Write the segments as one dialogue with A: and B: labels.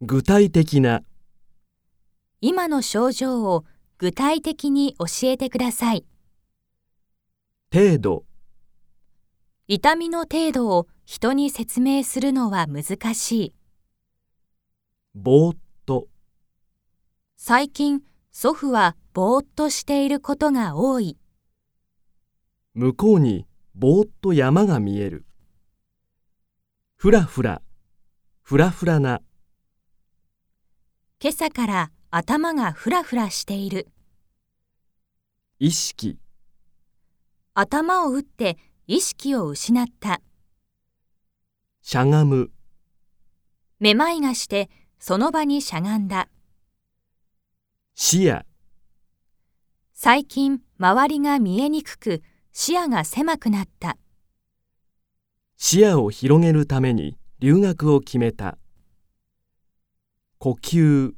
A: 具体的な、
B: 今の症状を具体的に教えてください。
A: 程度、
B: 痛みの程度を人に説明するのは難しい。
A: ぼーっと、
B: 最近、祖父はぼーっとしていることが多い。
A: 向こうにぼーっと山が見える。ふらふら、ふらふらな、
B: 今朝から頭がフラフラしている。
A: 意識、
B: 頭を打って意識を失った。
A: しゃがむ、
B: めまいがしてその場にしゃがんだ。
A: 視野、
B: 最近、周りが見えにくく、視野が狭くなった。
A: 視野を広げるために留学を決めた。呼吸、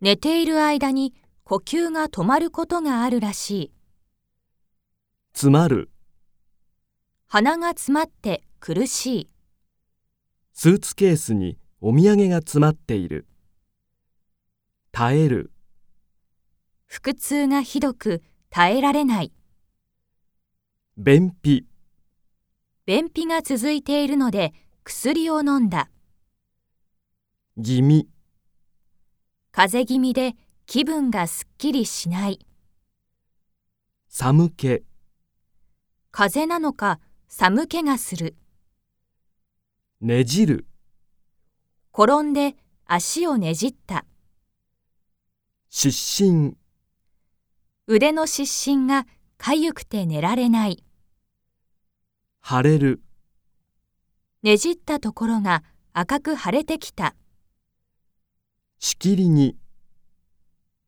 B: 寝ている間に呼吸が止まることがあるらしい。
A: 詰まる、
B: 鼻が詰まって苦しい。
A: スーツケースにお土産が詰まっている。耐える、
B: 腹痛がひどく耐えられない。
A: 便秘、
B: 便秘が続いているので薬を飲んだ。
A: 気味、
B: 風邪気味で気分がすっきりしない。
A: 寒気、
B: 風邪なのか寒気がする。
A: ねじる、
B: 転んで足をねじった。
A: 失神、
B: 腕の湿疹がかゆくて寝られない。
A: 腫れる、
B: ねじったところが赤く腫れてきた。
A: しきりに、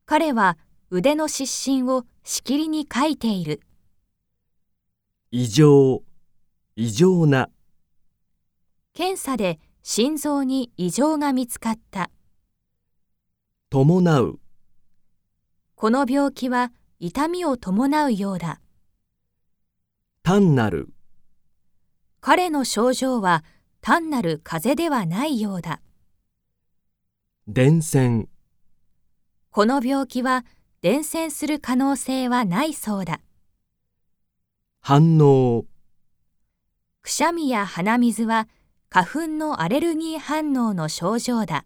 B: 彼は腕の湿疹をしきりに書いている。
A: 異常、異常な、
B: 検査で心臓に異常が見つかった。
A: 伴う、
B: この病気は痛みを伴うようだ。
A: 単なる、
B: 彼の症状は単なる風邪ではないようだ。
A: 伝染、
B: この病気は伝染する可能性はないそうだ。
A: 反応、
B: くしゃみや鼻水は花粉のアレルギー反応の症状だ。